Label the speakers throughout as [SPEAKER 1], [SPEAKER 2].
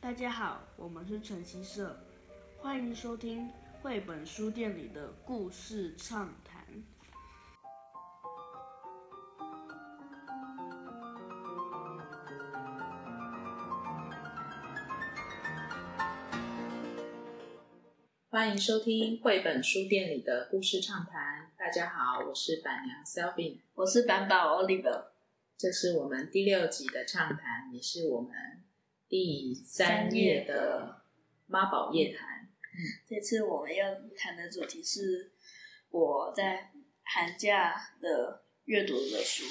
[SPEAKER 1] 大家好，我们是晨曦社，欢迎收听绘本书店里的故事畅谈。
[SPEAKER 2] 欢迎收听绘本书店里的故事畅谈。大家好，我是板娘 Selvin，
[SPEAKER 3] 我是板宝 Oliver。
[SPEAKER 2] 这是我们第六集的畅谈，也是我们第三页的妈宝夜谈。
[SPEAKER 3] 这次我们要谈的主题是我在寒假的阅读的书。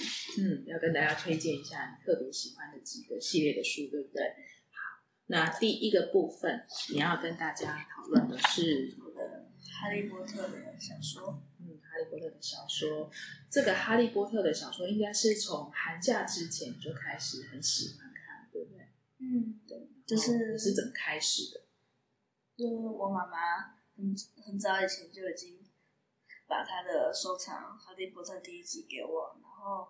[SPEAKER 2] 嗯，要跟大家推荐一下你特别喜欢的几个系列的书，对不对？好，那第一个部分你要跟大家讨论的是
[SPEAKER 3] 我的《哈利波特》的小说，
[SPEAKER 2] 嗯，哈利波特的小说，这个哈利波特的小说应该是从寒假之前就开始很喜欢看，对不对？
[SPEAKER 3] 嗯，对，就
[SPEAKER 2] 哦
[SPEAKER 3] 是
[SPEAKER 2] 你是怎么开始的？
[SPEAKER 3] 就是我妈妈很很早以前就已经把她的收藏《哈利波特》第一集给我，然后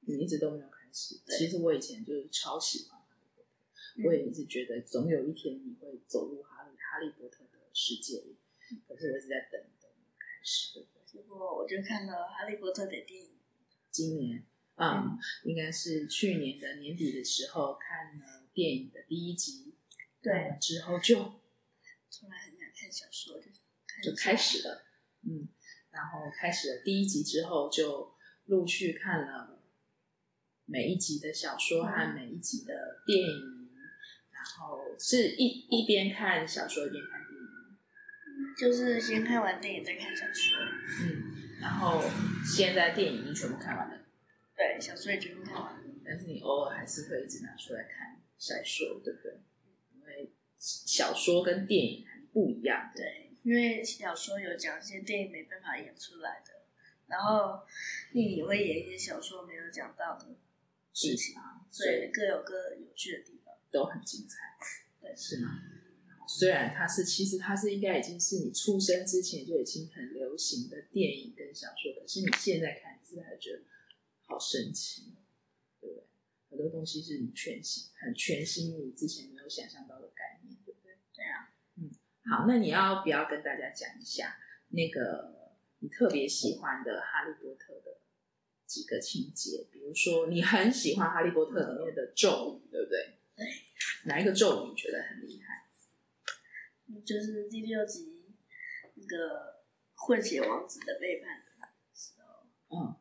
[SPEAKER 2] 你一直都没有开始。
[SPEAKER 3] 对
[SPEAKER 2] 其实我以前就是超喜欢哈利波特，
[SPEAKER 3] 嗯
[SPEAKER 2] 我也一直觉得总有一天你会走入哈利哈利波特的世界里，
[SPEAKER 3] 嗯
[SPEAKER 2] 可是我一直在等等没有开始，对不对？
[SPEAKER 3] 结果我就看了《哈利波特》的电影，
[SPEAKER 2] 今年啊、
[SPEAKER 3] 嗯
[SPEAKER 2] 应该是去年的年底的时候看了电影的第一集，
[SPEAKER 3] 对
[SPEAKER 2] 看了之后就
[SPEAKER 3] 突然很想看小说，就看
[SPEAKER 2] 就
[SPEAKER 3] 一下
[SPEAKER 2] 开始了，嗯，然后开始了第一集之后，就陆续看了每一集的小说和
[SPEAKER 3] 嗯
[SPEAKER 2] 每一集的电影，然后是一一边看小说一边看电影，
[SPEAKER 3] 就是先看完电影再看小说。
[SPEAKER 2] 嗯，然后现在电影已经全部看完了，
[SPEAKER 3] 对，小说已经看完了。
[SPEAKER 2] 但是你偶尔还是会一直拿出来看小说，对不对？因为小说跟电影还是不一样的，
[SPEAKER 3] 对，因为小说有讲一些电影没办法演出来的，然后电影会演一些小说没有讲到的，
[SPEAKER 2] 事情啊，
[SPEAKER 3] 所以各有各有趣的地方。
[SPEAKER 2] 都很精彩，
[SPEAKER 3] 对
[SPEAKER 2] 是吗？虽然它是，其实它是应该已经是你出生之前就已经很流行的电影跟小说，可是你现在看，你是不是还觉得好神奇，对不对？很多东西是你全新、很全新，你之前没有想象到的概念，对不对？
[SPEAKER 3] 对
[SPEAKER 2] 啊，嗯，好，那你要不要跟大家讲一下那个你特别喜欢的《哈利波特》的几个情节？比如说，你很喜欢《哈利波特》里面的咒语，对不对？
[SPEAKER 3] 对。
[SPEAKER 2] 哪一个咒语你觉得很厉害？
[SPEAKER 3] 嗯就是第六集那个混血王子的背叛的时候，
[SPEAKER 2] 嗯，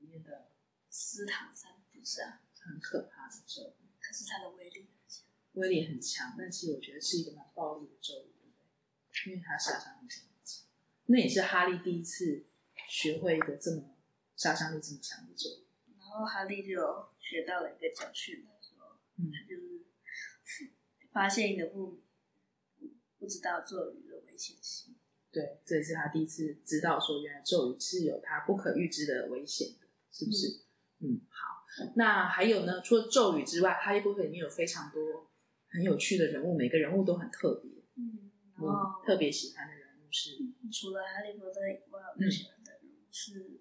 [SPEAKER 2] 里面的
[SPEAKER 3] 斯唐三不是啊，
[SPEAKER 2] 很可怕的咒语，
[SPEAKER 3] 可是他的威力很强。
[SPEAKER 2] 威力很强，但其实我觉得是一个蛮暴力的咒语，对不对？因为它杀伤力很强。那也是哈利第一次学会一个这么杀伤力这么强的咒语。
[SPEAKER 3] 然后哈利就学到了一个教训，他说，
[SPEAKER 2] 嗯
[SPEAKER 3] 他就是发现一个不不知道咒语的危险性。
[SPEAKER 2] 对，这也是他第一次知道说，原来咒语是有它不可预知的危险的，是不是？嗯好。那还有呢？除了咒语之外，《哈利波特》里面有非常多很有趣的人物，每个人物都很特别。
[SPEAKER 3] 嗯，然
[SPEAKER 2] 你
[SPEAKER 3] 后
[SPEAKER 2] 特别喜欢的人物是？
[SPEAKER 3] 除了哈利波特以外，我最喜欢的人物是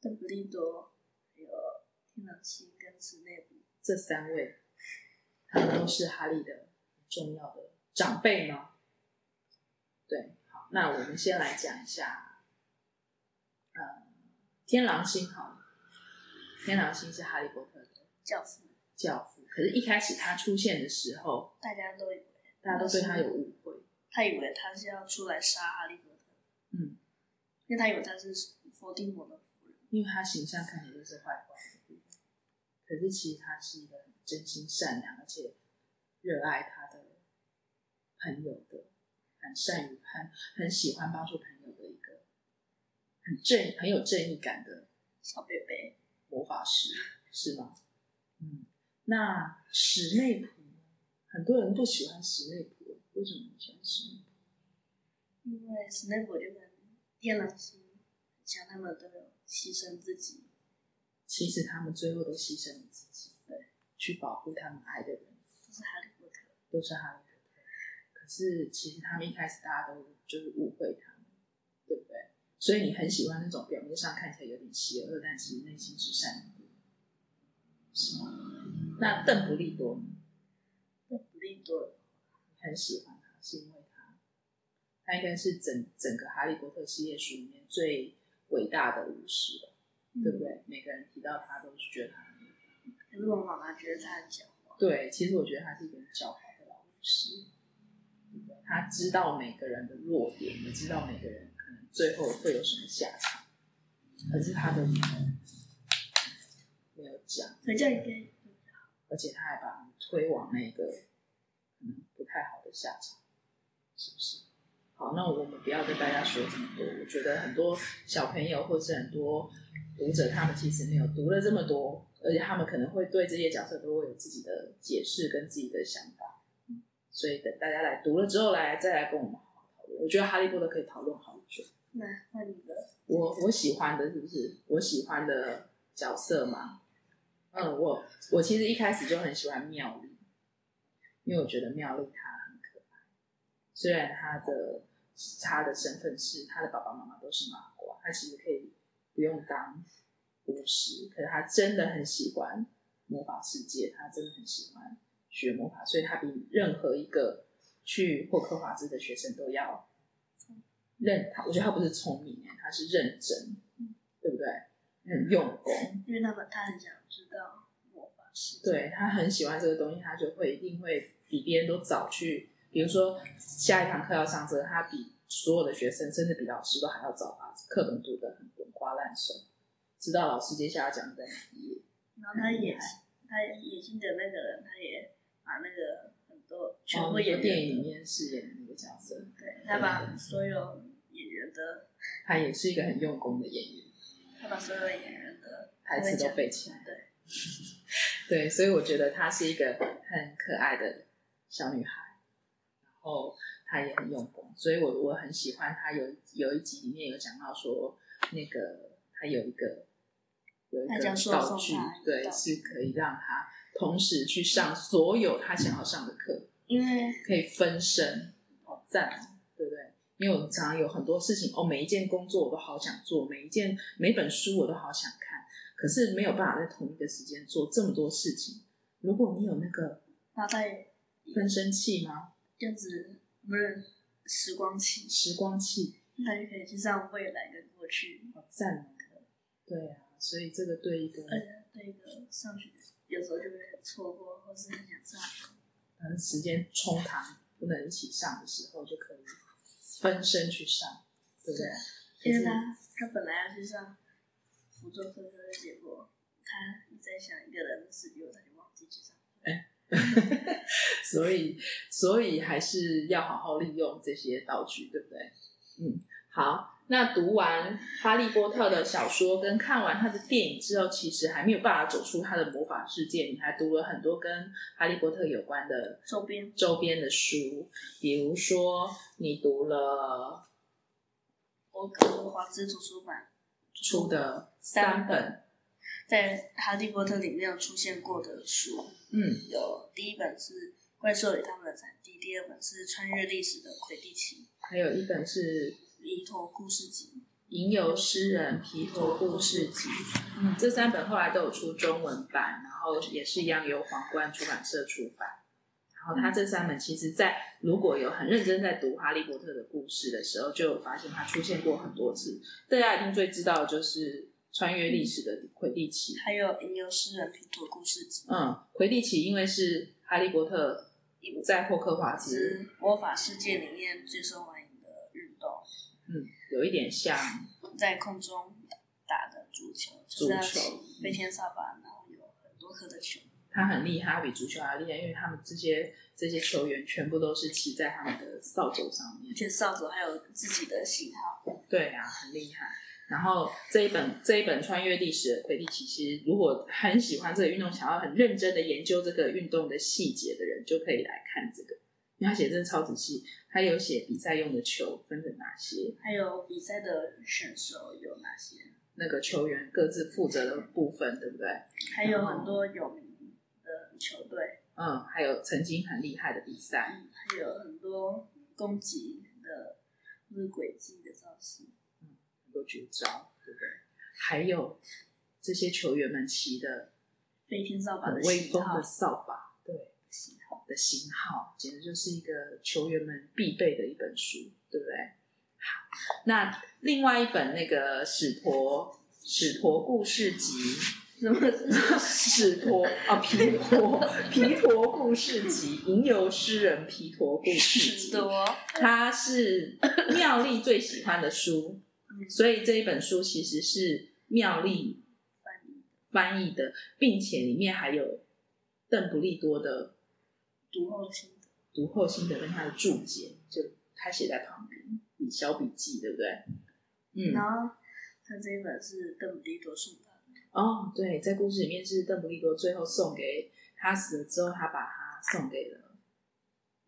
[SPEAKER 3] 邓布利多，还有天狼星跟史内普。
[SPEAKER 2] 这三位，他们都是哈利的重要的长辈吗？对，好，那我们先来讲一下，呃，天狼星好了，天狼星是哈利波特的
[SPEAKER 3] 教父，
[SPEAKER 2] 教父，可是，一开始他出现的时候，
[SPEAKER 3] 大家都以为
[SPEAKER 2] 大家都对他有误会，
[SPEAKER 3] 他以为他是要出来杀哈利波特，
[SPEAKER 2] 嗯，
[SPEAKER 3] 因为他以为他是伏地魔的仆人。
[SPEAKER 2] 因为他形象看起来就是坏坏的，可是其实他是一个很真心善良，而且热爱他的朋友的，很善于很很喜欢帮助朋友的一个很正很有正义感的
[SPEAKER 3] 小贝贝，
[SPEAKER 2] 魔法师，是吗？嗯，那史内普呢，很多人不喜欢史内普，为什么你喜欢史内普？
[SPEAKER 3] 因为史内普就跟天狼星很像，他们都有牺牲自己。
[SPEAKER 2] 其实他们最后都牺牲了自己，对，去保护他们爱的人。
[SPEAKER 3] 这是哈利波特，
[SPEAKER 2] 都是哈利波特。可是其实他们一开始大家都就是误会他们，对不对？所以你很喜欢那种表面上看起来有点邪恶，但其实内心是善良的，是吗？那邓布利多呢？
[SPEAKER 3] 邓一堆。
[SPEAKER 2] 很喜欢他，是因为他，他应该是整整个《哈利波特》系列书里面最伟大的巫师了，
[SPEAKER 3] 嗯
[SPEAKER 2] 对不对？每个人提到他都是觉得他很
[SPEAKER 3] 可是我妈妈觉得他很狡猾，
[SPEAKER 2] 对，其实我觉得他是一个很狡猾的老巫师，对不对他知道每个人的弱点，也知道每个人可能最后会有什么下场，可是他都没有没有讲，
[SPEAKER 3] 所以叫你跟
[SPEAKER 2] 而且他还把他们推往那个可能不太好的下场，是不是？好，那我们不要跟大家说这么多。我觉得很多小朋友或是很多读者，他们其实没有读了这么多，而且他们可能会对这些角色都会有自己的解释跟自己的想法。嗯所以等大家来读了之后来，再来跟我们好好讨论。我觉得《哈利波特》可以讨论好久。
[SPEAKER 3] 那换你的，
[SPEAKER 2] 我我喜欢的是不是我喜欢的角色嘛？嗯，我我其实一开始就很喜欢妙丽，因为我觉得妙丽她很可爱，虽然她的她的身份是她的爸爸妈妈都是麻瓜，她其实可以不用当巫师，可是她真的很喜欢魔法世界，她真的很喜欢学魔法，所以她比任何一个去霍克华兹的学生都要认他，我觉得他不是聪明，欸他是认真，对不对？很用功，
[SPEAKER 3] 因为他们他很想知道魔法世界。
[SPEAKER 2] 对他很喜欢这个东西，他就会一定会比别人都早去。比如说下一堂课要上这个，他比所有的学生，甚至比老师都还要早把课本读得很滚瓜烂熟，知道老师接下来讲的在哪一页。
[SPEAKER 3] 然后他也他演戏的那个人，他也把那个很多全部演员
[SPEAKER 2] 哦电影里面饰演的那个角色，
[SPEAKER 3] 对，他把所有演员的，
[SPEAKER 2] 他也是一个很用功的演员。
[SPEAKER 3] 他把所有演员的
[SPEAKER 2] 台词都背起来。
[SPEAKER 3] 对，
[SPEAKER 2] 对，所以我觉得她是一个很可爱的小女孩，然后她也很用功，所以我我很喜欢她有有一集里面有讲到说，那个她有一个有一
[SPEAKER 3] 她讲
[SPEAKER 2] 个
[SPEAKER 3] 说
[SPEAKER 2] 道
[SPEAKER 3] 送
[SPEAKER 2] 具
[SPEAKER 3] 她，
[SPEAKER 2] 对，
[SPEAKER 3] 道
[SPEAKER 2] 是可以让她同时去上所有她想要上的课，
[SPEAKER 3] 因为
[SPEAKER 2] 可以分身，好赞哦，对不对？因为我常常有很多事情，哦，每一件工作我都好想做，每一件每本书我都好想看，可是没有办法在同一个时间做这么多事情。如果你有那个
[SPEAKER 3] 然后他也
[SPEAKER 2] 分身器吗？
[SPEAKER 3] 电子不是时光器，
[SPEAKER 2] 时光器，
[SPEAKER 3] 他就可以去上未来跟过去。
[SPEAKER 2] 好赞哦！对啊，所以这个对一个
[SPEAKER 3] 而且对一个上学有时候就会很错过，或是很想上学。
[SPEAKER 2] 可能时间冲堂不能一起上的时候，就可以分身去上，对不对？
[SPEAKER 3] 因为
[SPEAKER 2] 可是
[SPEAKER 3] 他他本来要去上服装科科的，结果他一直在想一个人的事，结果他就忘记去上。
[SPEAKER 2] 所以，所以还是要好好利用这些道具，对不对？嗯，好。那读完《哈利波特》的小说跟看完他的电影之后，其实还没有办法走出他的魔法世界。你还读了很多跟《哈利波特》有关的
[SPEAKER 3] 周边
[SPEAKER 2] 周边的书，比如说你读了
[SPEAKER 3] 我可能华兹图书馆
[SPEAKER 2] 出的三本，
[SPEAKER 3] 在《哈利波特》里面有出现过的书，
[SPEAKER 2] 嗯，
[SPEAKER 3] 有第一本是《怪兽与他们的产地》，第二本是《穿越历史的魁地奇
[SPEAKER 2] 还有一本是《
[SPEAKER 3] 依托故事集
[SPEAKER 2] 吟游诗人皮头故事集》，嗯，这三本后来都有出中文版，然后也是一样由皇冠出版社出版。然后他这三本其实在，如果有很认真在读《哈利波特》的故事的时候，就有发现它出现过很多次。大家一定最知道的就是穿越历史的魁地奇》，，
[SPEAKER 3] 还有《吟游诗人拼图故事集》
[SPEAKER 2] 嗯，魁地奇因为是《哈利波特》在霍克华兹
[SPEAKER 3] 是魔法世界里面最受欢迎的运动，
[SPEAKER 2] 嗯有一点像
[SPEAKER 3] 在空中打的足球，就是要骑飞天扫把，然后有很多颗的球。
[SPEAKER 2] 他很厉害，他比足球还厉害，因为他们这些这些球员全部都是骑在他们的扫帚上面
[SPEAKER 3] 而。且扫帚还有自己的喜好，
[SPEAKER 2] 对啊，很厉害。然后这一本这一本穿越历史的魁地奇，其实如果很喜欢这个运动，想要很认真的研究这个运动的细节的人，就可以来看这个，因为他写得真的超仔细。他有写比赛用的球分成哪些，
[SPEAKER 3] 还有比赛的选手有哪些，
[SPEAKER 2] 那个球员各自负责的部分，对不对？
[SPEAKER 3] 还有很多有名的球队，嗯
[SPEAKER 2] 嗯，还有曾经很厉害的比赛，
[SPEAKER 3] 还有很多攻击的或者轨迹的造型。
[SPEAKER 2] 很多绝招，对不对？还有这些球员们骑的
[SPEAKER 3] 飞天扫把
[SPEAKER 2] 很
[SPEAKER 3] 的
[SPEAKER 2] 威
[SPEAKER 3] 喜
[SPEAKER 2] 风
[SPEAKER 3] 好
[SPEAKER 2] 的，扫把，对，
[SPEAKER 3] 喜好
[SPEAKER 2] 的型号，简直就是一个球员们必备的一本书，对不对？好，那另外一本那个史陀史陀故事集，
[SPEAKER 3] 什么是
[SPEAKER 2] 史陀啊皮陀 皮陀故事集，吟游诗人皮陀故 事集，
[SPEAKER 3] 多？
[SPEAKER 2] 它是妙丽最喜欢的书，所以这一本书其实是妙丽翻译的，并且里面还有邓布利多的
[SPEAKER 3] 读后心得，
[SPEAKER 2] 读后心得跟他的注解，就他写在旁边，笔小笔记，对不对？嗯，
[SPEAKER 3] 然后他这一本是邓布利多送他的，
[SPEAKER 2] 哦，对，在故事里面是邓布利多最后送给他死了之后，他把它送给了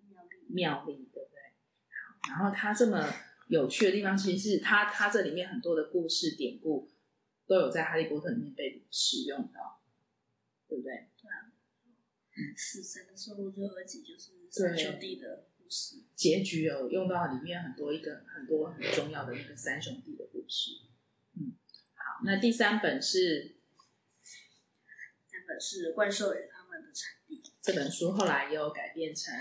[SPEAKER 3] 妙丽
[SPEAKER 2] 妙丽，对不对？好，然后它这么有趣的地方，其实是它它这里面很多的故事典故都有在《哈利波特》里面被使用到，对不对？
[SPEAKER 3] 死神的生物最后一集就是三兄弟的故事，
[SPEAKER 2] 结局有用到里面很多一个很多很重要的那个三兄弟的故事。嗯，好，那第三本是
[SPEAKER 3] 那本是怪兽人他们的产地，
[SPEAKER 2] 这本书后来也有改编成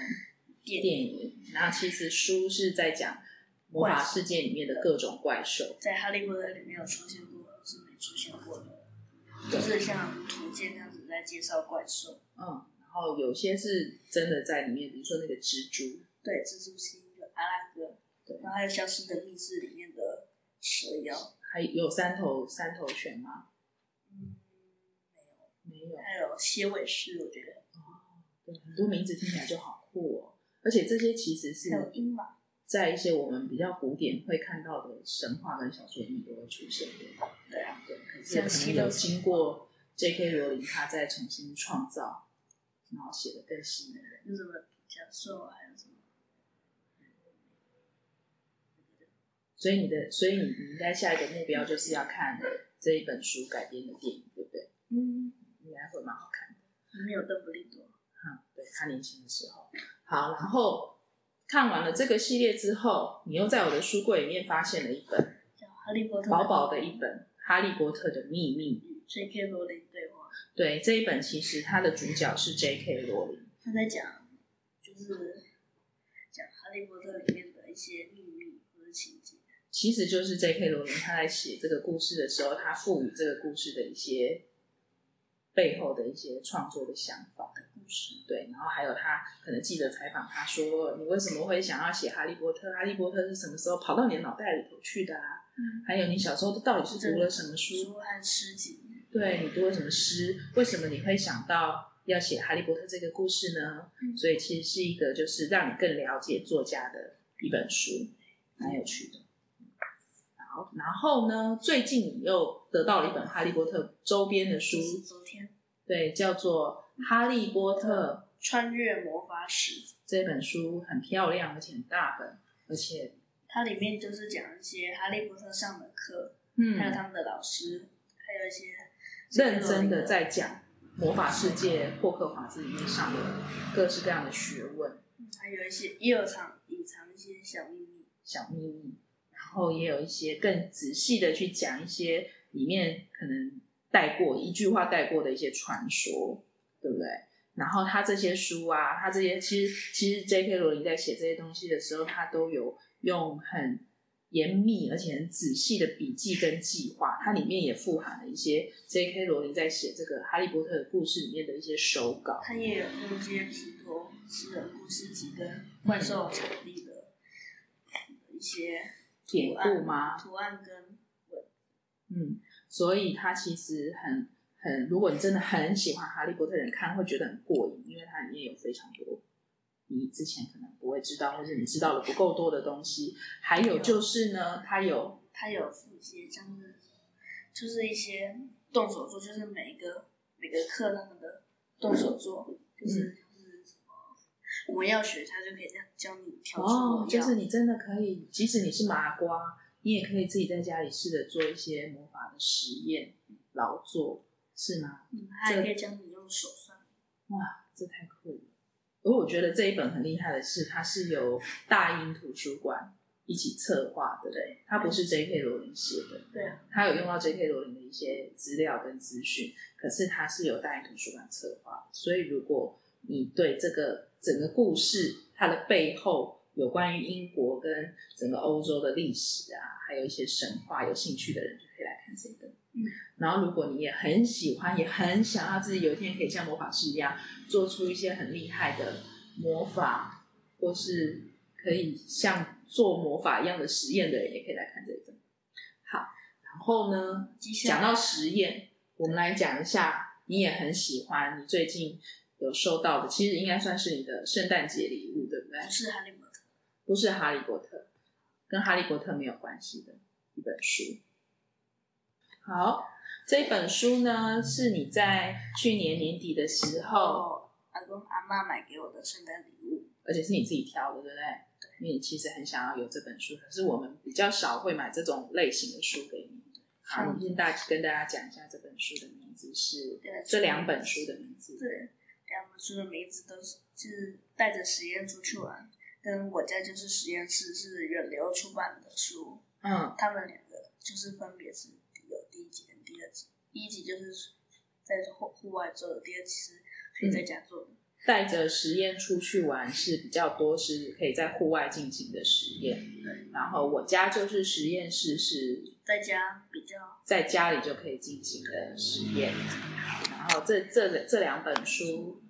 [SPEAKER 2] 电影，然后其实书是在讲魔法世界里面的各种怪兽。
[SPEAKER 3] 在哈利波特里面有出现过，或是没出现过的，就是像图鉴那样子在介绍怪兽，
[SPEAKER 2] 嗯，然后有些是真的在里面，比如说那个蜘蛛，
[SPEAKER 3] 对，蜘蛛星就阿拉哥
[SPEAKER 2] 对，
[SPEAKER 3] 然后还有消失的密室里面的蛇妖，
[SPEAKER 2] 还有三头三头犬吗？
[SPEAKER 3] 嗯，
[SPEAKER 2] 没有，
[SPEAKER 3] 还有蝎尾狮，我觉得
[SPEAKER 2] 对，很多名字听起来就好酷哦。而且这些其实是
[SPEAKER 3] 还有鹰嘛，
[SPEAKER 2] 在一些我们比较古典会看到的神话跟小说里面都会出现的，
[SPEAKER 3] 对啊，
[SPEAKER 2] 对，可是可能
[SPEAKER 3] 西
[SPEAKER 2] 有
[SPEAKER 3] 游
[SPEAKER 2] 经过 J.K. 罗琳她再重新创造，然后写的更吸引人。
[SPEAKER 3] 有什么独角兽，啊还有什么
[SPEAKER 2] 所以你的，所以你你应该下一个目标就是要看这一本书改编的电影，对不对？
[SPEAKER 3] 嗯，
[SPEAKER 2] 应该会蛮好看的。
[SPEAKER 3] 没有邓布利多，
[SPEAKER 2] 嗯，对他年轻的时候。好，然后看完了这个系列之后，你又在我的书柜里面发现了一本
[SPEAKER 3] 叫哈利波特，
[SPEAKER 2] 薄薄的一本《哈利波特的秘密》。
[SPEAKER 3] J.K. 罗琳对话，
[SPEAKER 2] 对，这一本其实它的主角是 J.K. 罗琳。
[SPEAKER 3] 他在讲就是讲哈利波特里面的一些秘密或者情节，
[SPEAKER 2] 其实就是 J.K. 罗琳她在写这个故事的时候，她赋予这个故事的一些背后的一些创作的想法的故事，对，然后还有她可能记者采访她说，你为什么会想要写《哈利波特》？《哈利波特》是什么时候跑到你的脑袋里头去的啊？
[SPEAKER 3] 嗯
[SPEAKER 2] 还有你小时候到底是读了什么书？
[SPEAKER 3] 书和诗集，
[SPEAKER 2] 对你读了什么诗？为什么你会想到要写《哈利波特》这个故事呢？
[SPEAKER 3] 嗯
[SPEAKER 2] 所以其实是一个就是让你更了解作家的一本书，蛮有趣的。好，然后呢，最近你又得到了一本《哈利波特》周边的书
[SPEAKER 3] 就，是昨天
[SPEAKER 2] 对，叫做《哈利波特》
[SPEAKER 3] 穿越魔法史，
[SPEAKER 2] 这本书很漂亮，而且很大本，而且
[SPEAKER 3] 它里面就是讲一些哈利波特上的课，还有
[SPEAKER 2] 嗯，
[SPEAKER 3] 他们的老师，还有一些
[SPEAKER 2] 认真的在讲魔法世界霍克华兹里面上的各式各样的学问。
[SPEAKER 3] 还有一些也有藏隐藏一些小秘密，
[SPEAKER 2] 小秘密，然后也有一些更仔细的去讲一些里面可能带过一句话带过的一些传说，对不对？然后他这些书啊，他这些其实其实 J.K. 罗琳在写这些东西的时候，他都有用很严密而且很仔细的笔记跟计划，它里面也富含了一些 J.K. 罗琳在写这个《哈利波特》的故事里面的一些手稿。
[SPEAKER 3] 他也有用一些皮托诗人故事集跟怪兽产地的一些
[SPEAKER 2] 典
[SPEAKER 3] 图
[SPEAKER 2] 故
[SPEAKER 3] 案
[SPEAKER 2] 吗
[SPEAKER 3] 图案跟文，
[SPEAKER 2] 嗯，所以它其实很很，如果你真的很喜欢哈利波特，人看会觉得很过瘾，因为它里面有非常多你之前可能不会知道，或者你知道的不够多的东西。还有就是呢，它有
[SPEAKER 3] 他有附一些像是就是一些动手做，就是每一个每个课他们的动手做，
[SPEAKER 2] 嗯
[SPEAKER 3] 就是就是什么魔药学，他就可以这样教你调出魔
[SPEAKER 2] 哦
[SPEAKER 3] 药，，
[SPEAKER 2] 就是你真的可以，即使你是麻瓜，你也可以自己在家里试着做一些魔法的实验劳作，是吗？
[SPEAKER 3] 嗯，他也可以教你用手算。
[SPEAKER 2] 这太酷了！而我觉得这一本很厉害的是，它是由大英图书馆一起策划的，
[SPEAKER 3] 对，
[SPEAKER 2] 它不是 J.K. 罗琳写的，
[SPEAKER 3] 对啊，
[SPEAKER 2] 它有用到 J.K. 罗琳的一些资料跟资讯，可是它是由大英图书馆策划的，所以如果你对这个整个故事它的背后有关于英国跟整个欧洲的历史啊，还有一些神话，有兴趣的人就可以来看这个。
[SPEAKER 3] 嗯，
[SPEAKER 2] 然后如果你也很喜欢，也很想要自己有一天可以像魔法师一样做出一些很厉害的魔法，或是可以像做魔法一样的实验的人，也可以来看这个。好，然后呢，
[SPEAKER 3] 接下
[SPEAKER 2] 讲
[SPEAKER 3] 来
[SPEAKER 2] 到实验，我们来讲一下，你也很喜欢，你最近有收到的，其实应该算是你的圣诞节礼物，对不对
[SPEAKER 3] 不？是哈利波特，
[SPEAKER 2] 不是《哈利波特》，跟《哈利波特》没有关系的一本书。好，这本书呢，是你在去年年底的时候，
[SPEAKER 3] 后阿公阿妈买给我的圣诞礼物，
[SPEAKER 2] 而且是你自己挑的，对不对？因为你其实很想要有这本书，可是我们比较少会买这种类型的书给你。好，
[SPEAKER 3] 像
[SPEAKER 2] 你先大跟大家讲一下这本书的名字是
[SPEAKER 3] 对
[SPEAKER 2] 这两本书的名字。
[SPEAKER 3] 对，两本书的名字都是就是带着实验出去玩，跟我家就是实验室是远流出版的书，
[SPEAKER 2] 嗯
[SPEAKER 3] 他们两个就是分别是有第一集跟第二集，第一集就是在户户外做的，第二集是可以在家做的。，
[SPEAKER 2] 带着实验出去玩是比较多，是可以在户外进行的实验。
[SPEAKER 3] 对，
[SPEAKER 2] 然后我家就是实验室是
[SPEAKER 3] 在家比较
[SPEAKER 2] 在家里就可以进行的实验。然后这这这两本书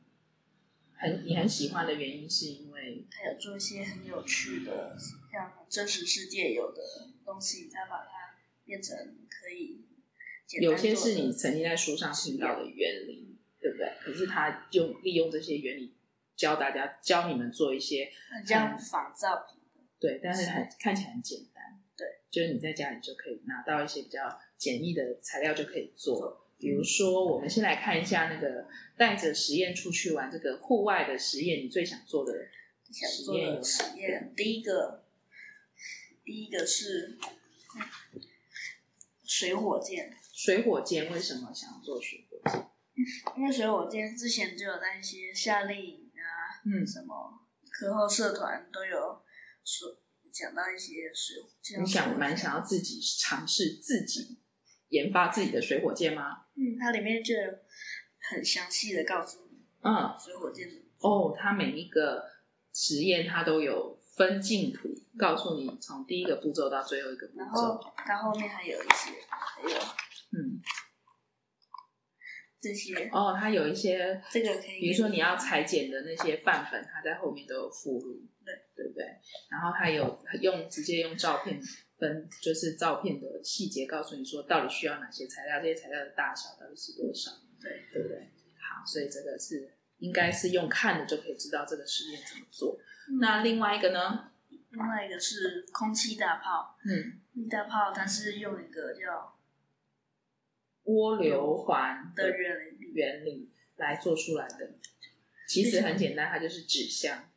[SPEAKER 2] 很你很喜欢的原因是因为
[SPEAKER 3] 还有做一些很有趣的，像真实世界有的东西，再把它变成可以简单
[SPEAKER 2] 有些
[SPEAKER 3] 做
[SPEAKER 2] 是
[SPEAKER 3] 的
[SPEAKER 2] 你曾经在书上听到的原理，对不对？可是他用利用这些原理教大家教你们做一些
[SPEAKER 3] 很像仿造品的，
[SPEAKER 2] 对，但是很看起来很简单。
[SPEAKER 3] 对，
[SPEAKER 2] 就是你在家里就可以拿到一些比较简易的材料就可以做。比
[SPEAKER 3] 嗯
[SPEAKER 2] 如说，我们先来看一下那个带着实验出去玩这个户外的实验，你最想做的
[SPEAKER 3] 想做的实验。第一个，第一个是水火箭，
[SPEAKER 2] 水火箭为什么想要做水火箭？
[SPEAKER 3] 因为水火箭之前就有在一些夏令营啊，
[SPEAKER 2] 嗯
[SPEAKER 3] 什么课后社团都有说讲到一些水火箭。
[SPEAKER 2] 你想蛮想要自己尝试自己研发自己的水火箭吗？
[SPEAKER 3] 嗯，它里面就有很详细的告诉你
[SPEAKER 2] 嗯，
[SPEAKER 3] 水火箭怎么做。
[SPEAKER 2] 哦，它每一个实验它都有分镜图，告诉你从第一个步骤到最后一个步
[SPEAKER 3] 然
[SPEAKER 2] 骤。
[SPEAKER 3] 后它后面还有一些，还有
[SPEAKER 2] 嗯，
[SPEAKER 3] 这些，
[SPEAKER 2] 哦，它有一些，
[SPEAKER 3] 这个可以
[SPEAKER 2] 比如说你要裁剪的那些范本，它在后面都有附录，
[SPEAKER 3] 对
[SPEAKER 2] 对不对？然后它有用直接用照片分，就是照片的细节告诉你说到底需要哪些材料，这些材料的大小到底是多少，
[SPEAKER 3] 对
[SPEAKER 2] 对不对？好，所以这个是应该是用看的就可以知道这个实验怎么做。
[SPEAKER 3] 嗯
[SPEAKER 2] 那另外一个呢？
[SPEAKER 3] 另外一个是空气大炮，
[SPEAKER 2] 嗯，
[SPEAKER 3] 空气大炮它是用一个叫
[SPEAKER 2] 涡流环
[SPEAKER 3] 的
[SPEAKER 2] 的
[SPEAKER 3] 原理，
[SPEAKER 2] 原理来做出来的，其实很简单，它就是指向，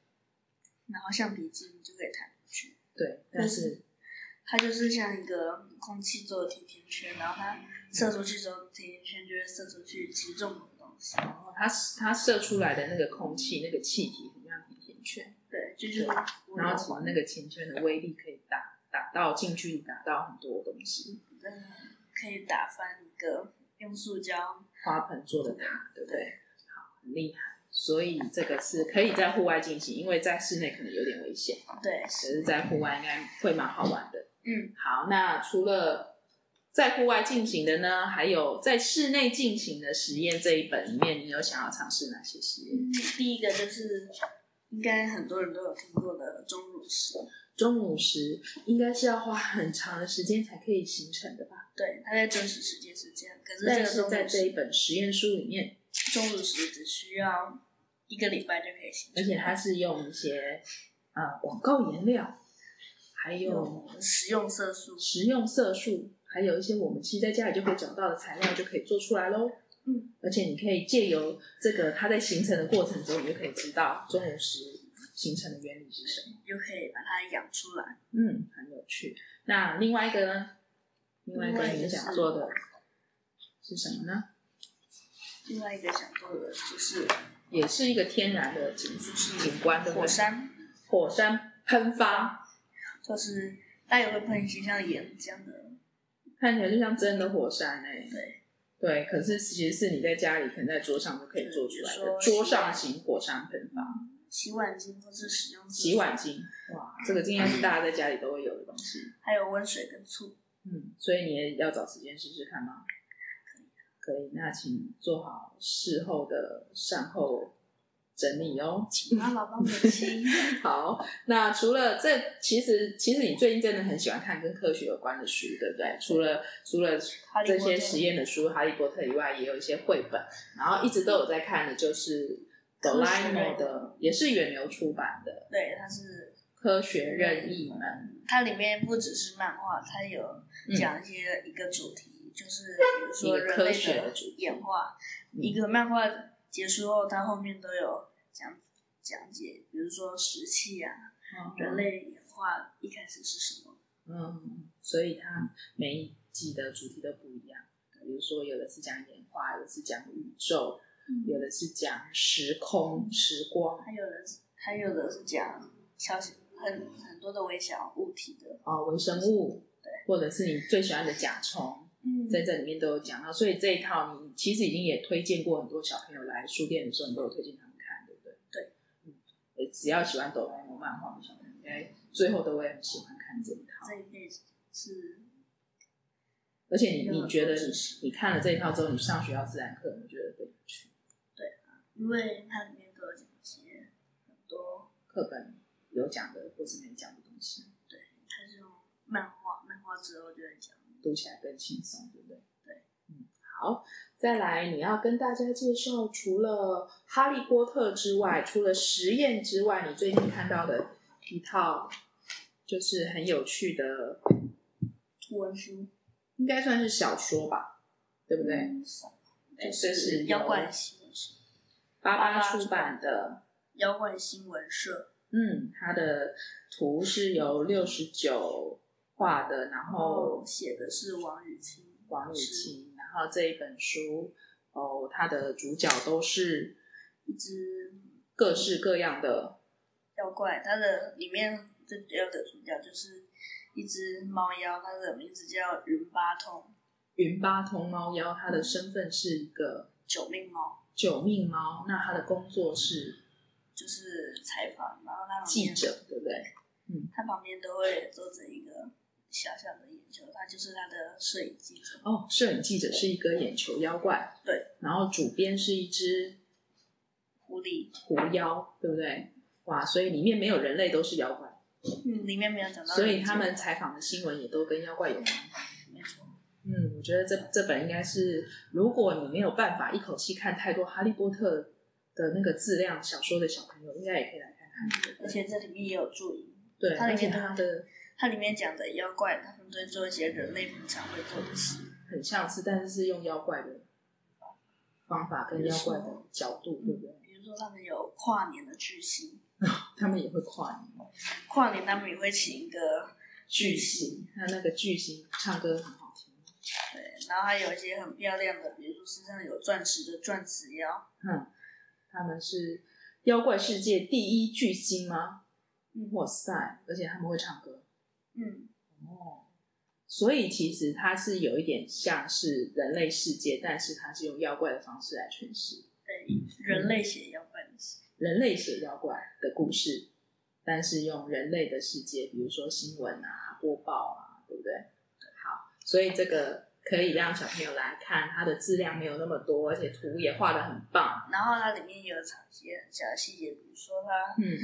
[SPEAKER 3] 然后橡皮筋就可以弹出去。
[SPEAKER 2] 对，但是。
[SPEAKER 3] 它就是像一个空气做的甜甜圈，然后它射出去之后，甜甜圈就会射出去击中某个东西。
[SPEAKER 2] 然后它它射出来的那个空气那个气体很像甜甜圈，
[SPEAKER 3] 对，这就是我
[SPEAKER 2] 然后
[SPEAKER 3] 的
[SPEAKER 2] 其实那个甜圈的威力可以打打到近距离打到很多东西，
[SPEAKER 3] 嗯，可以打翻一个用塑胶。
[SPEAKER 2] 花盆做的塔，对不对？好，很厉害。所以这个是可以在户外进行，因为在室内可能有点危险，
[SPEAKER 3] 对，
[SPEAKER 2] 可是在户外应该会蛮好玩的。
[SPEAKER 3] 嗯，
[SPEAKER 2] 好，那除了在户外进行的呢，还有在室内进行的实验这一本里面，你有想要尝试哪些实验？
[SPEAKER 3] 第一个就是应该很多人都有听过的钟乳石，
[SPEAKER 2] 中午时应该是要花很长的时间才可以形成的吧？
[SPEAKER 3] 对，它在真实世界是这样，可是
[SPEAKER 2] 但
[SPEAKER 3] 这
[SPEAKER 2] 是
[SPEAKER 3] 个钟
[SPEAKER 2] 在
[SPEAKER 3] 乳
[SPEAKER 2] 这
[SPEAKER 3] 石
[SPEAKER 2] 一本实验书里面，
[SPEAKER 3] 钟乳石只需要一个礼拜就可以形
[SPEAKER 2] 而
[SPEAKER 3] 成，
[SPEAKER 2] 且它是用一些呃广告颜料，还有
[SPEAKER 3] 有食用色素。
[SPEAKER 2] 食用色素，还有一些我们其实在家里就可以找到的材料就可以做出来喽。
[SPEAKER 3] 嗯，
[SPEAKER 2] 而且你可以借由这个它在形成的过程中，你就可以知道中午时形成的原理是什么。
[SPEAKER 3] 就可以把它养出来。
[SPEAKER 2] 嗯，很有趣。那另外一个呢？另外一个
[SPEAKER 3] 另外一
[SPEAKER 2] 你
[SPEAKER 3] 个
[SPEAKER 2] 想
[SPEAKER 3] 是
[SPEAKER 2] 做的是什么呢？
[SPEAKER 3] 另外一个想做的就是
[SPEAKER 2] 也是一个天然的景景观，对不对
[SPEAKER 3] 火山，
[SPEAKER 2] 火山喷发，
[SPEAKER 3] 就是它也会喷一些像岩这样的，
[SPEAKER 2] 看起来就像真的火山哎、
[SPEAKER 3] 对
[SPEAKER 2] 对，可是其实是你在家里可能在桌上就可以做出来
[SPEAKER 3] 比如
[SPEAKER 2] 的
[SPEAKER 3] 说
[SPEAKER 2] 桌上型火山喷发，
[SPEAKER 3] 洗碗巾或是使用
[SPEAKER 2] 洗碗，巾，哇，这个应该是大家在家里都会有的东西。
[SPEAKER 3] 还有温水跟醋。
[SPEAKER 2] 嗯，所以你也要找时间试试看吗？可以，那请做好事后的善后整理哦。
[SPEAKER 3] 然后老帮我清。
[SPEAKER 2] 好，那除了这，其实其实你最近真的很喜欢看跟科学有关的书，对不对？除了除了
[SPEAKER 3] 哈利
[SPEAKER 2] 这
[SPEAKER 3] 波
[SPEAKER 2] 些
[SPEAKER 3] 特
[SPEAKER 2] 实验的书《哈利波特》以外，也有一些绘本，然后一直都有在看的，就是哆啦 A 梦的，也是远流出版的
[SPEAKER 3] 对，它是
[SPEAKER 2] 《科学任意门
[SPEAKER 3] 它里面不只是漫画，它有讲一些一个主题，就是比如说
[SPEAKER 2] 嗯一个
[SPEAKER 3] 人
[SPEAKER 2] 科
[SPEAKER 3] 类
[SPEAKER 2] 学的
[SPEAKER 3] 的
[SPEAKER 2] 主题
[SPEAKER 3] 演化。
[SPEAKER 2] 嗯
[SPEAKER 3] 一个漫画结束后，它后面都有讲讲解，比如说石器啊，》。人类演化一开始是什么？
[SPEAKER 2] 嗯，所以它每一季的主题都不一样，比如说有的是讲演化，有的是讲宇宙，有的是讲时空、时光。
[SPEAKER 3] 还有的是还有的是讲小很很多的微小物体的，
[SPEAKER 2] 哦，微生物，或者是你最喜欢的甲虫，
[SPEAKER 3] 嗯
[SPEAKER 2] 在这里面都有讲到。所以这一套你其实已经也推荐过很多小朋友来书店的时候，你都有推荐他们看，对不对？
[SPEAKER 3] 对，
[SPEAKER 2] 嗯，呃只要喜欢哆啦 A 梦漫画的小朋友，应该最后都会很喜欢看这一套。
[SPEAKER 3] 这一辈子是
[SPEAKER 2] 而且你
[SPEAKER 3] 有
[SPEAKER 2] 你
[SPEAKER 3] 很
[SPEAKER 2] 觉
[SPEAKER 3] 多
[SPEAKER 2] 得
[SPEAKER 3] 知
[SPEAKER 2] 你
[SPEAKER 3] 识
[SPEAKER 2] 你看了这一套之后，你上学要自然课，你觉得对不去
[SPEAKER 3] 因为它里面都有讲一些很多，
[SPEAKER 2] 课本有讲的或是没讲的东西，
[SPEAKER 3] 它是用漫画，漫画之后就会讲。
[SPEAKER 2] 读起来更轻松，对不对？
[SPEAKER 3] 对，
[SPEAKER 2] 嗯，好，再来你要跟大家介绍，除了《哈利波特》之外，除了实验之外，你最近看到的一套就是很有趣的，
[SPEAKER 3] 图文书，
[SPEAKER 2] 应该算是小说吧，对不对？哎
[SPEAKER 3] 就
[SPEAKER 2] 这是
[SPEAKER 3] 是
[SPEAKER 2] 由
[SPEAKER 3] 妖怪新闻社，
[SPEAKER 2] 八八
[SPEAKER 3] 八八
[SPEAKER 2] 出版的
[SPEAKER 3] 妖怪新闻社，
[SPEAKER 2] 嗯，它的图是由六十九画的，然
[SPEAKER 3] 然后
[SPEAKER 2] 后
[SPEAKER 3] 写的是王雨清，
[SPEAKER 2] 王雨
[SPEAKER 3] 是
[SPEAKER 2] 晴，然后这一本书哦，它的主角都是
[SPEAKER 3] 一只
[SPEAKER 2] 各式各样的，
[SPEAKER 3] 妖怪，它的里面最主要的主角就是一只猫妖，它的名字叫云八通
[SPEAKER 2] 云八通猫妖，它的身份是一个
[SPEAKER 3] 九命猫，
[SPEAKER 2] 九命猫，那它的工作是
[SPEAKER 3] 就是采访，然后它旁边
[SPEAKER 2] 记，者，对不对？
[SPEAKER 3] 它旁边都会坐着一个小小的眼球，它就是它的摄影记者，
[SPEAKER 2] 哦，摄影记者是一个眼球妖怪，
[SPEAKER 3] 对，
[SPEAKER 2] 然后主编是一只
[SPEAKER 3] 狐狸，
[SPEAKER 2] 狐妖，对不对？哇，所以里面没有人类，都是妖怪。
[SPEAKER 3] 嗯，里面没有讲到，
[SPEAKER 2] 所以他们采访的新闻也都跟妖怪有关。
[SPEAKER 3] 没错，
[SPEAKER 2] 嗯，我觉得这这本应该是，如果你没有办法一口气看太多《哈利波特》的那个质量小说的小朋友，应该也可以来看看。
[SPEAKER 3] 而且这里面也有注音，
[SPEAKER 2] 对，
[SPEAKER 3] 它
[SPEAKER 2] 而
[SPEAKER 3] 里
[SPEAKER 2] 且
[SPEAKER 3] 面
[SPEAKER 2] 它的
[SPEAKER 3] 它里面讲的妖怪，他们都会做一些人类平常会做的事，
[SPEAKER 2] 很像是，但是是用妖怪的方法跟妖怪的角度，对不对？
[SPEAKER 3] 比如说他们有跨年的巨星。
[SPEAKER 2] 他们也会跨年，
[SPEAKER 3] 跨年他们也会请一个
[SPEAKER 2] 巨星，他那个巨星唱歌很好听。
[SPEAKER 3] 对，然后还有一些很漂亮的，比如说身上有钻石的钻石妖，
[SPEAKER 2] 嗯，他们是妖怪世界第一巨星吗？
[SPEAKER 3] 嗯
[SPEAKER 2] 哇塞！而且他们会唱歌。
[SPEAKER 3] 嗯，
[SPEAKER 2] 哦，所以其实它是有一点像是人类世界，但是它是用妖怪的方式来诠释嗯
[SPEAKER 3] 人类写妖怪的事，
[SPEAKER 2] 人类写妖怪的故事，但是用人类的世界，比如说新闻啊、播报啊，对不对？好，所以这个可以让小朋友来看，它的质量没有那么多，而且图也画的很棒。
[SPEAKER 3] 然后它里面也有藏一些很小的细节，比如说它
[SPEAKER 2] 嗯，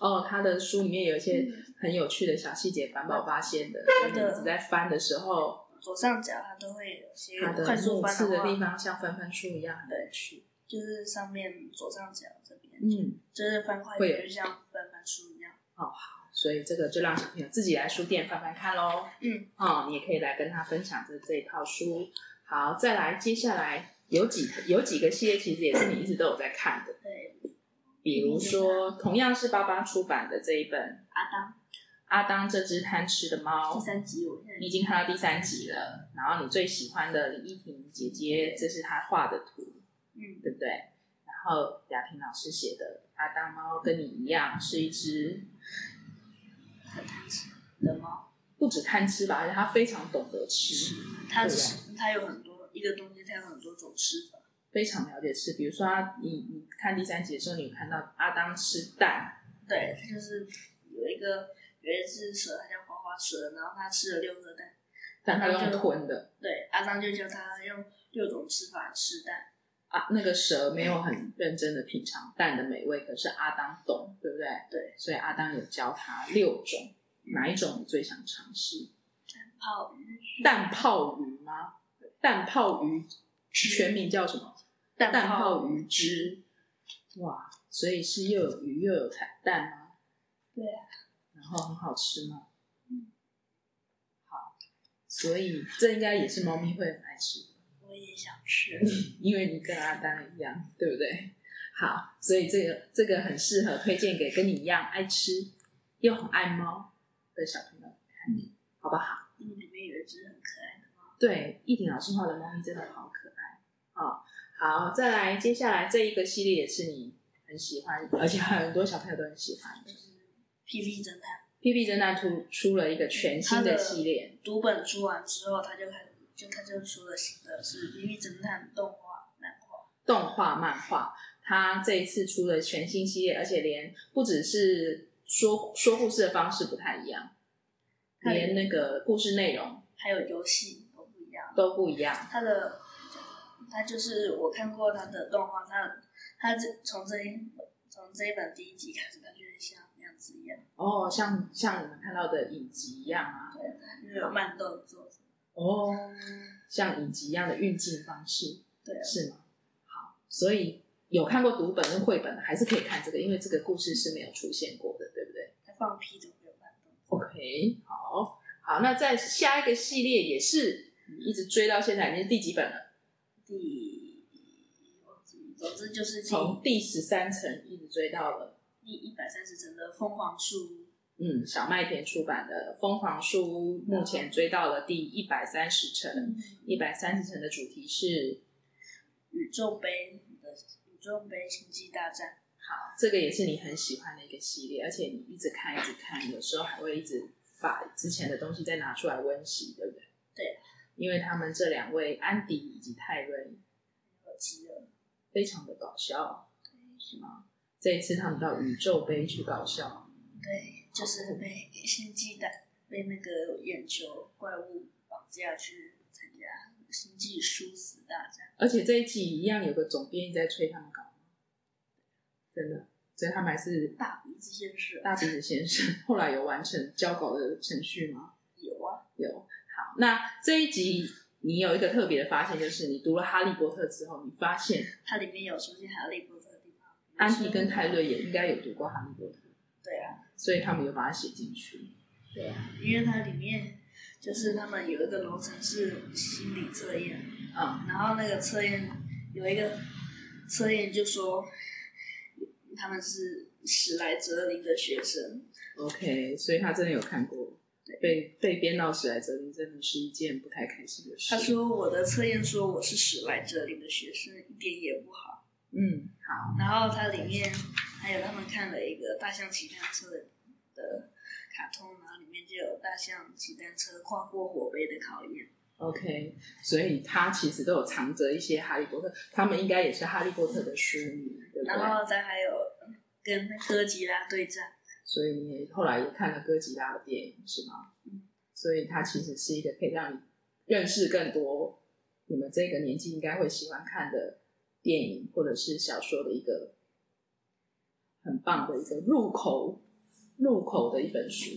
[SPEAKER 2] 哦，他的书里面有一些
[SPEAKER 3] 嗯
[SPEAKER 2] 很有趣的小细节，板宝发现的，
[SPEAKER 3] 它的
[SPEAKER 2] 你只在翻的时候。
[SPEAKER 3] 左上角它都会有些
[SPEAKER 2] 它的
[SPEAKER 3] 快速
[SPEAKER 2] 目
[SPEAKER 3] 翻
[SPEAKER 2] 次的地
[SPEAKER 3] 话，
[SPEAKER 2] 方像翻翻书一样很有趣。
[SPEAKER 3] 就是上面左上角这边，
[SPEAKER 2] 嗯，
[SPEAKER 3] 就是翻快
[SPEAKER 2] 会有
[SPEAKER 3] 点，就像翻翻书一样，
[SPEAKER 2] 所以这个就让小朋友自己来书店翻翻看喽。
[SPEAKER 3] 嗯，
[SPEAKER 2] 哦，你也可以来跟他分享这这一套书。好，再来，接下来有几有几个系列其实也是你一直都有在看的，
[SPEAKER 3] 对，
[SPEAKER 2] 比如说同样是巴巴出版的这一本《
[SPEAKER 3] 阿当
[SPEAKER 2] 阿当这只贪吃的猫》
[SPEAKER 3] 第，三集，我现在
[SPEAKER 2] 你已经看到第三集了。然后你最喜欢的李依婷姐姐，这是她画的图。
[SPEAKER 3] 嗯，
[SPEAKER 2] 对不对？然后雅萍老师写的《阿当猫》跟你一样是一只
[SPEAKER 3] 的猫，
[SPEAKER 2] 不止贪吃吧，而且它非常懂得吃。
[SPEAKER 3] 它吃它有很多一个东西，它有很多种吃法，
[SPEAKER 2] 非常了解吃，比如说他你你看第三集的时候，你有看到阿当吃蛋，
[SPEAKER 3] 对，他就是有一个有一只蛇，它叫花花蛇，然后它吃了六个蛋。
[SPEAKER 2] 但他用吞的
[SPEAKER 3] 对，阿当就教他用六种吃法吃蛋。
[SPEAKER 2] 啊，那个蛇没有很认真的品尝蛋的美味，可是阿当懂，对不对？
[SPEAKER 3] 对，
[SPEAKER 2] 所以阿当有教他六种，哪一种你最想尝试？
[SPEAKER 3] 泡鱼、
[SPEAKER 2] 蛋泡鱼吗？蛋泡鱼全名叫什么？
[SPEAKER 3] 蛋
[SPEAKER 2] 泡
[SPEAKER 3] 泡
[SPEAKER 2] 鱼汁。哇，所以是又有鱼又有彩蛋吗？
[SPEAKER 3] 对
[SPEAKER 2] 啊。然后很好吃吗？
[SPEAKER 3] 嗯。
[SPEAKER 2] 好，所以这应该也是猫咪会很爱吃的，
[SPEAKER 3] 我也想吃。
[SPEAKER 2] 因为你跟阿丹一样，对不对？好，所以这个这个很适合推荐给跟你一样爱吃又很爱猫的小朋友看，好不好？
[SPEAKER 3] 因为里面有一只很可爱的猫，
[SPEAKER 2] 对，一点老师画的猫咪真的好可爱哦。好，再来，接下来这一个系列也是你很喜欢，而且很多小朋友都很喜欢的。
[SPEAKER 3] 就是霹雳侦探。
[SPEAKER 2] P P 侦探出出了一个全新的系列，
[SPEAKER 3] 读本出完之后，他就开始就他就出了新的是《霹雳侦探》动画漫画。
[SPEAKER 2] 动画漫画，它这一次出了全新系列，而且连不只是说说故事的方式不太一样，
[SPEAKER 3] 它
[SPEAKER 2] 连那个故事内容
[SPEAKER 3] 还有游戏都不一样。
[SPEAKER 2] 都不一样。
[SPEAKER 3] 他的他就是我看过他的动画，他他这从这一从这一本第一集开始，他就是像那样子一样，
[SPEAKER 2] 哦，像像我们看到的影集一样啊，
[SPEAKER 3] 对，他就是有慢动作，
[SPEAKER 2] 哦，像影集一样的运镜方式。
[SPEAKER 3] 对啊，
[SPEAKER 2] 是吗？好，所以有看过读本跟绘本的，还是可以看这个，因为这个故事是没有出现过的，对不对
[SPEAKER 3] 他放屁都会有慢动作。
[SPEAKER 2] ？OK，好，好，那在下一个系列也是你一直追到现在，已经是第几本了？
[SPEAKER 3] 第忘记总之就是第
[SPEAKER 2] 从第十三层一直追到了。
[SPEAKER 3] 第一百三十层的凤凰树，
[SPEAKER 2] 嗯，小麦田出版的《疯狂书屋》目前追到了第一百三十
[SPEAKER 3] 嗯
[SPEAKER 2] 层，一百三十层的主题是，
[SPEAKER 3] 宇宙杯的宇宙杯星际大战。
[SPEAKER 2] 好，这个也是你很喜欢的一个系列，而且你一直看一直看，有时候还会一直把之前的东西再拿出来温习，对不对？
[SPEAKER 3] 对，
[SPEAKER 2] 因为他们这两位安迪以及泰瑞
[SPEAKER 3] 我记得
[SPEAKER 2] 非常的搞笑，是吗？这一次他们到宇宙杯去搞笑，
[SPEAKER 3] 对，就是被星际的被那个眼球怪物绑架去参加星际殊死大战。
[SPEAKER 2] 而且这一集一样有个总编辑在催他们搞，真的，所以他们还是
[SPEAKER 3] 大鼻子先生
[SPEAKER 2] 大鼻子先生后来有完成交稿的程序吗？
[SPEAKER 3] 有啊，
[SPEAKER 2] 有好，那这一集你有一个特别的发现，就是你读了《哈利波特》之后，你发现
[SPEAKER 3] 它里面有出现哈利波特的地方。
[SPEAKER 2] 安迪跟泰瑞也应该有读过《哈利波特》，
[SPEAKER 3] 对啊，
[SPEAKER 2] 所以他们有把它写进去。
[SPEAKER 3] 对啊，因为它里面就是他们有一个楼层是心理测验，
[SPEAKER 2] 嗯，
[SPEAKER 3] 然后那个测验有一个测验就说他们是史莱哲林的学生，
[SPEAKER 2] OK，所以他真的有看过。被被编到史莱哲林真的是一件不太开心的事。
[SPEAKER 3] 他，说我的测验说我是史莱哲林的学生，一点也不好。
[SPEAKER 2] 嗯，好，
[SPEAKER 3] 然后它里面还有他们看了一个大象骑单车的的卡通，然后里面就有大象骑单车跨过火杯的考验。
[SPEAKER 2] ，OK，所以他其实都有藏着一些哈利波特，他们应该也是哈利波特的书迷，对不对？
[SPEAKER 3] 然后它还有嗯跟哥吉拉对战，
[SPEAKER 2] 所以你后来也看了哥吉拉的电影是吗？
[SPEAKER 3] 嗯，
[SPEAKER 2] 所以它其实是一个可以让你认识更多你们这个年纪应该会喜欢看的电影或者是小说的一个很棒的一个入口入口的一本书，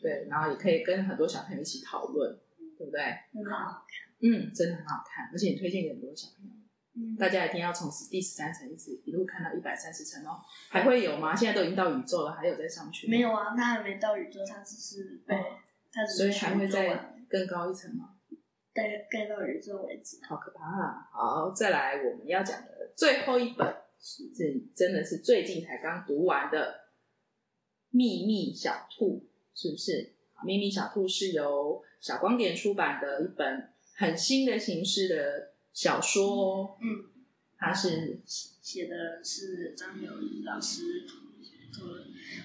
[SPEAKER 2] 对，然后也可以跟很多小朋友一起讨论，对不对？
[SPEAKER 3] 真的好
[SPEAKER 2] 嗯，真的很好看，而且你推荐给很多小朋友，
[SPEAKER 3] 嗯，
[SPEAKER 2] 大家一定要从第十三层一直一路看到一百三十层哦，还会有吗？现在都已经到宇宙了，还有再上去吗
[SPEAKER 3] 没有啊，它还没到宇宙，它只是被
[SPEAKER 2] 哦
[SPEAKER 3] 它只
[SPEAKER 2] 所
[SPEAKER 3] 是
[SPEAKER 2] 以还会
[SPEAKER 3] 宇宙完
[SPEAKER 2] 再更高一层吗？
[SPEAKER 3] 盖盖到宇宙为止。
[SPEAKER 2] 好可怕啊！好，再来我们要讲的最后一本是真的是最近才刚读完的《秘密小兔》，是不是？《秘密小兔》是由小光点出版的一本很新的形式的小说哦，
[SPEAKER 3] 嗯，
[SPEAKER 2] 它是
[SPEAKER 3] 写的是张友仪老师，图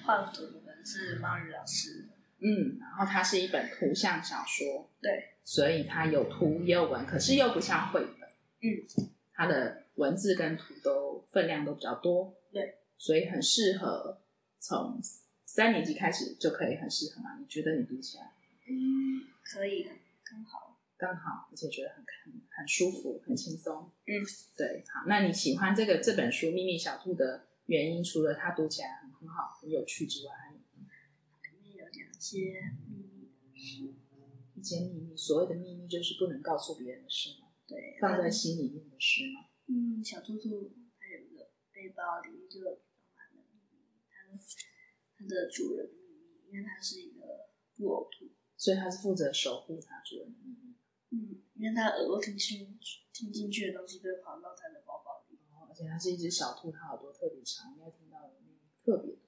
[SPEAKER 3] 画图的人是猫宇老师。
[SPEAKER 2] 嗯，然后它是一本图像小说，
[SPEAKER 3] 对，
[SPEAKER 2] 所以它有图也有文，可是又不像绘本，
[SPEAKER 3] 嗯，
[SPEAKER 2] 它的文字跟图都分量都比较多，
[SPEAKER 3] 对，
[SPEAKER 2] 所以很适合从三年级开始就可以很适合嘛。你觉得你读起来
[SPEAKER 3] 嗯，可以，刚好。
[SPEAKER 2] 刚好，而且觉得很很很舒服，很轻松。
[SPEAKER 3] 嗯，
[SPEAKER 2] 对，好，那你喜欢这个这本书《秘密小兔》的原因，除了它读起来很很好、很有趣之外，还有
[SPEAKER 3] 里面有讲一些秘密的事，
[SPEAKER 2] 一些秘密。所谓的秘密就是不能告诉别人的事嘛，
[SPEAKER 3] 对，
[SPEAKER 2] 放在心里面的事嘛。
[SPEAKER 3] 嗯，小兔兔它有一个背包，里面就有装满了秘密，它的它的主人的秘密，因为它是一个布偶兔，
[SPEAKER 2] 所以它是负责守护它主人的秘密，
[SPEAKER 3] 嗯，因为它耳朵听进去听进去的东西都会跑到它的包包里，
[SPEAKER 2] 然后而且它是一只小兔，它耳朵特别长，应该听到的秘密特别多。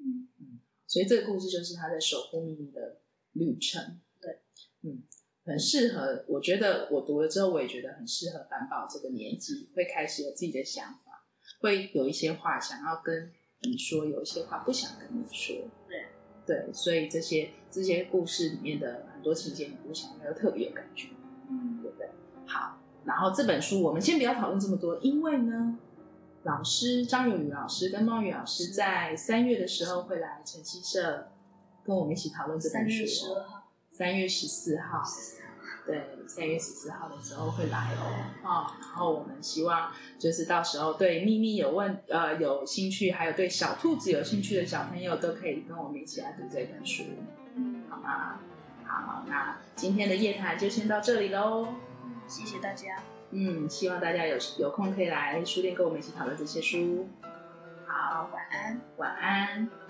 [SPEAKER 3] 嗯
[SPEAKER 2] 所以这个故事就是他在守护秘密的旅程。
[SPEAKER 3] 对，
[SPEAKER 2] 嗯，很适合。我觉得我读了之后，我也觉得很适合板宝这个年纪，会开始有自己的想法，会有一些话想要跟你说，有一些话不想跟你说。
[SPEAKER 3] 对，
[SPEAKER 2] 对，所以这些这些故事里面的很多情节，你读起来应该会特别有感觉。
[SPEAKER 3] 嗯，
[SPEAKER 2] 对不对？好，然后这本书我们先不要讨论这么多，因为呢，老师张永宇老师跟孟宇老师在三月的时候会来晨曦社跟我们一起讨论这
[SPEAKER 3] 三
[SPEAKER 2] 本
[SPEAKER 3] 月
[SPEAKER 2] 书
[SPEAKER 3] 十二
[SPEAKER 2] 哦。
[SPEAKER 3] 号，
[SPEAKER 2] 三月十四号，对，三月十四号的时候会来哦，哦，然后我们希望就是到时候对秘密有问呃有兴趣，还有对小兔子有兴趣的小朋友都可以跟我们一起来读这本书，好吗？好，那今天的夜谈就先到这里喽。
[SPEAKER 3] 嗯，谢谢大家，
[SPEAKER 2] 嗯，希望大家有有空可以来书店跟我们一起讨论这些书。好，
[SPEAKER 3] 晚安。
[SPEAKER 2] 晚安。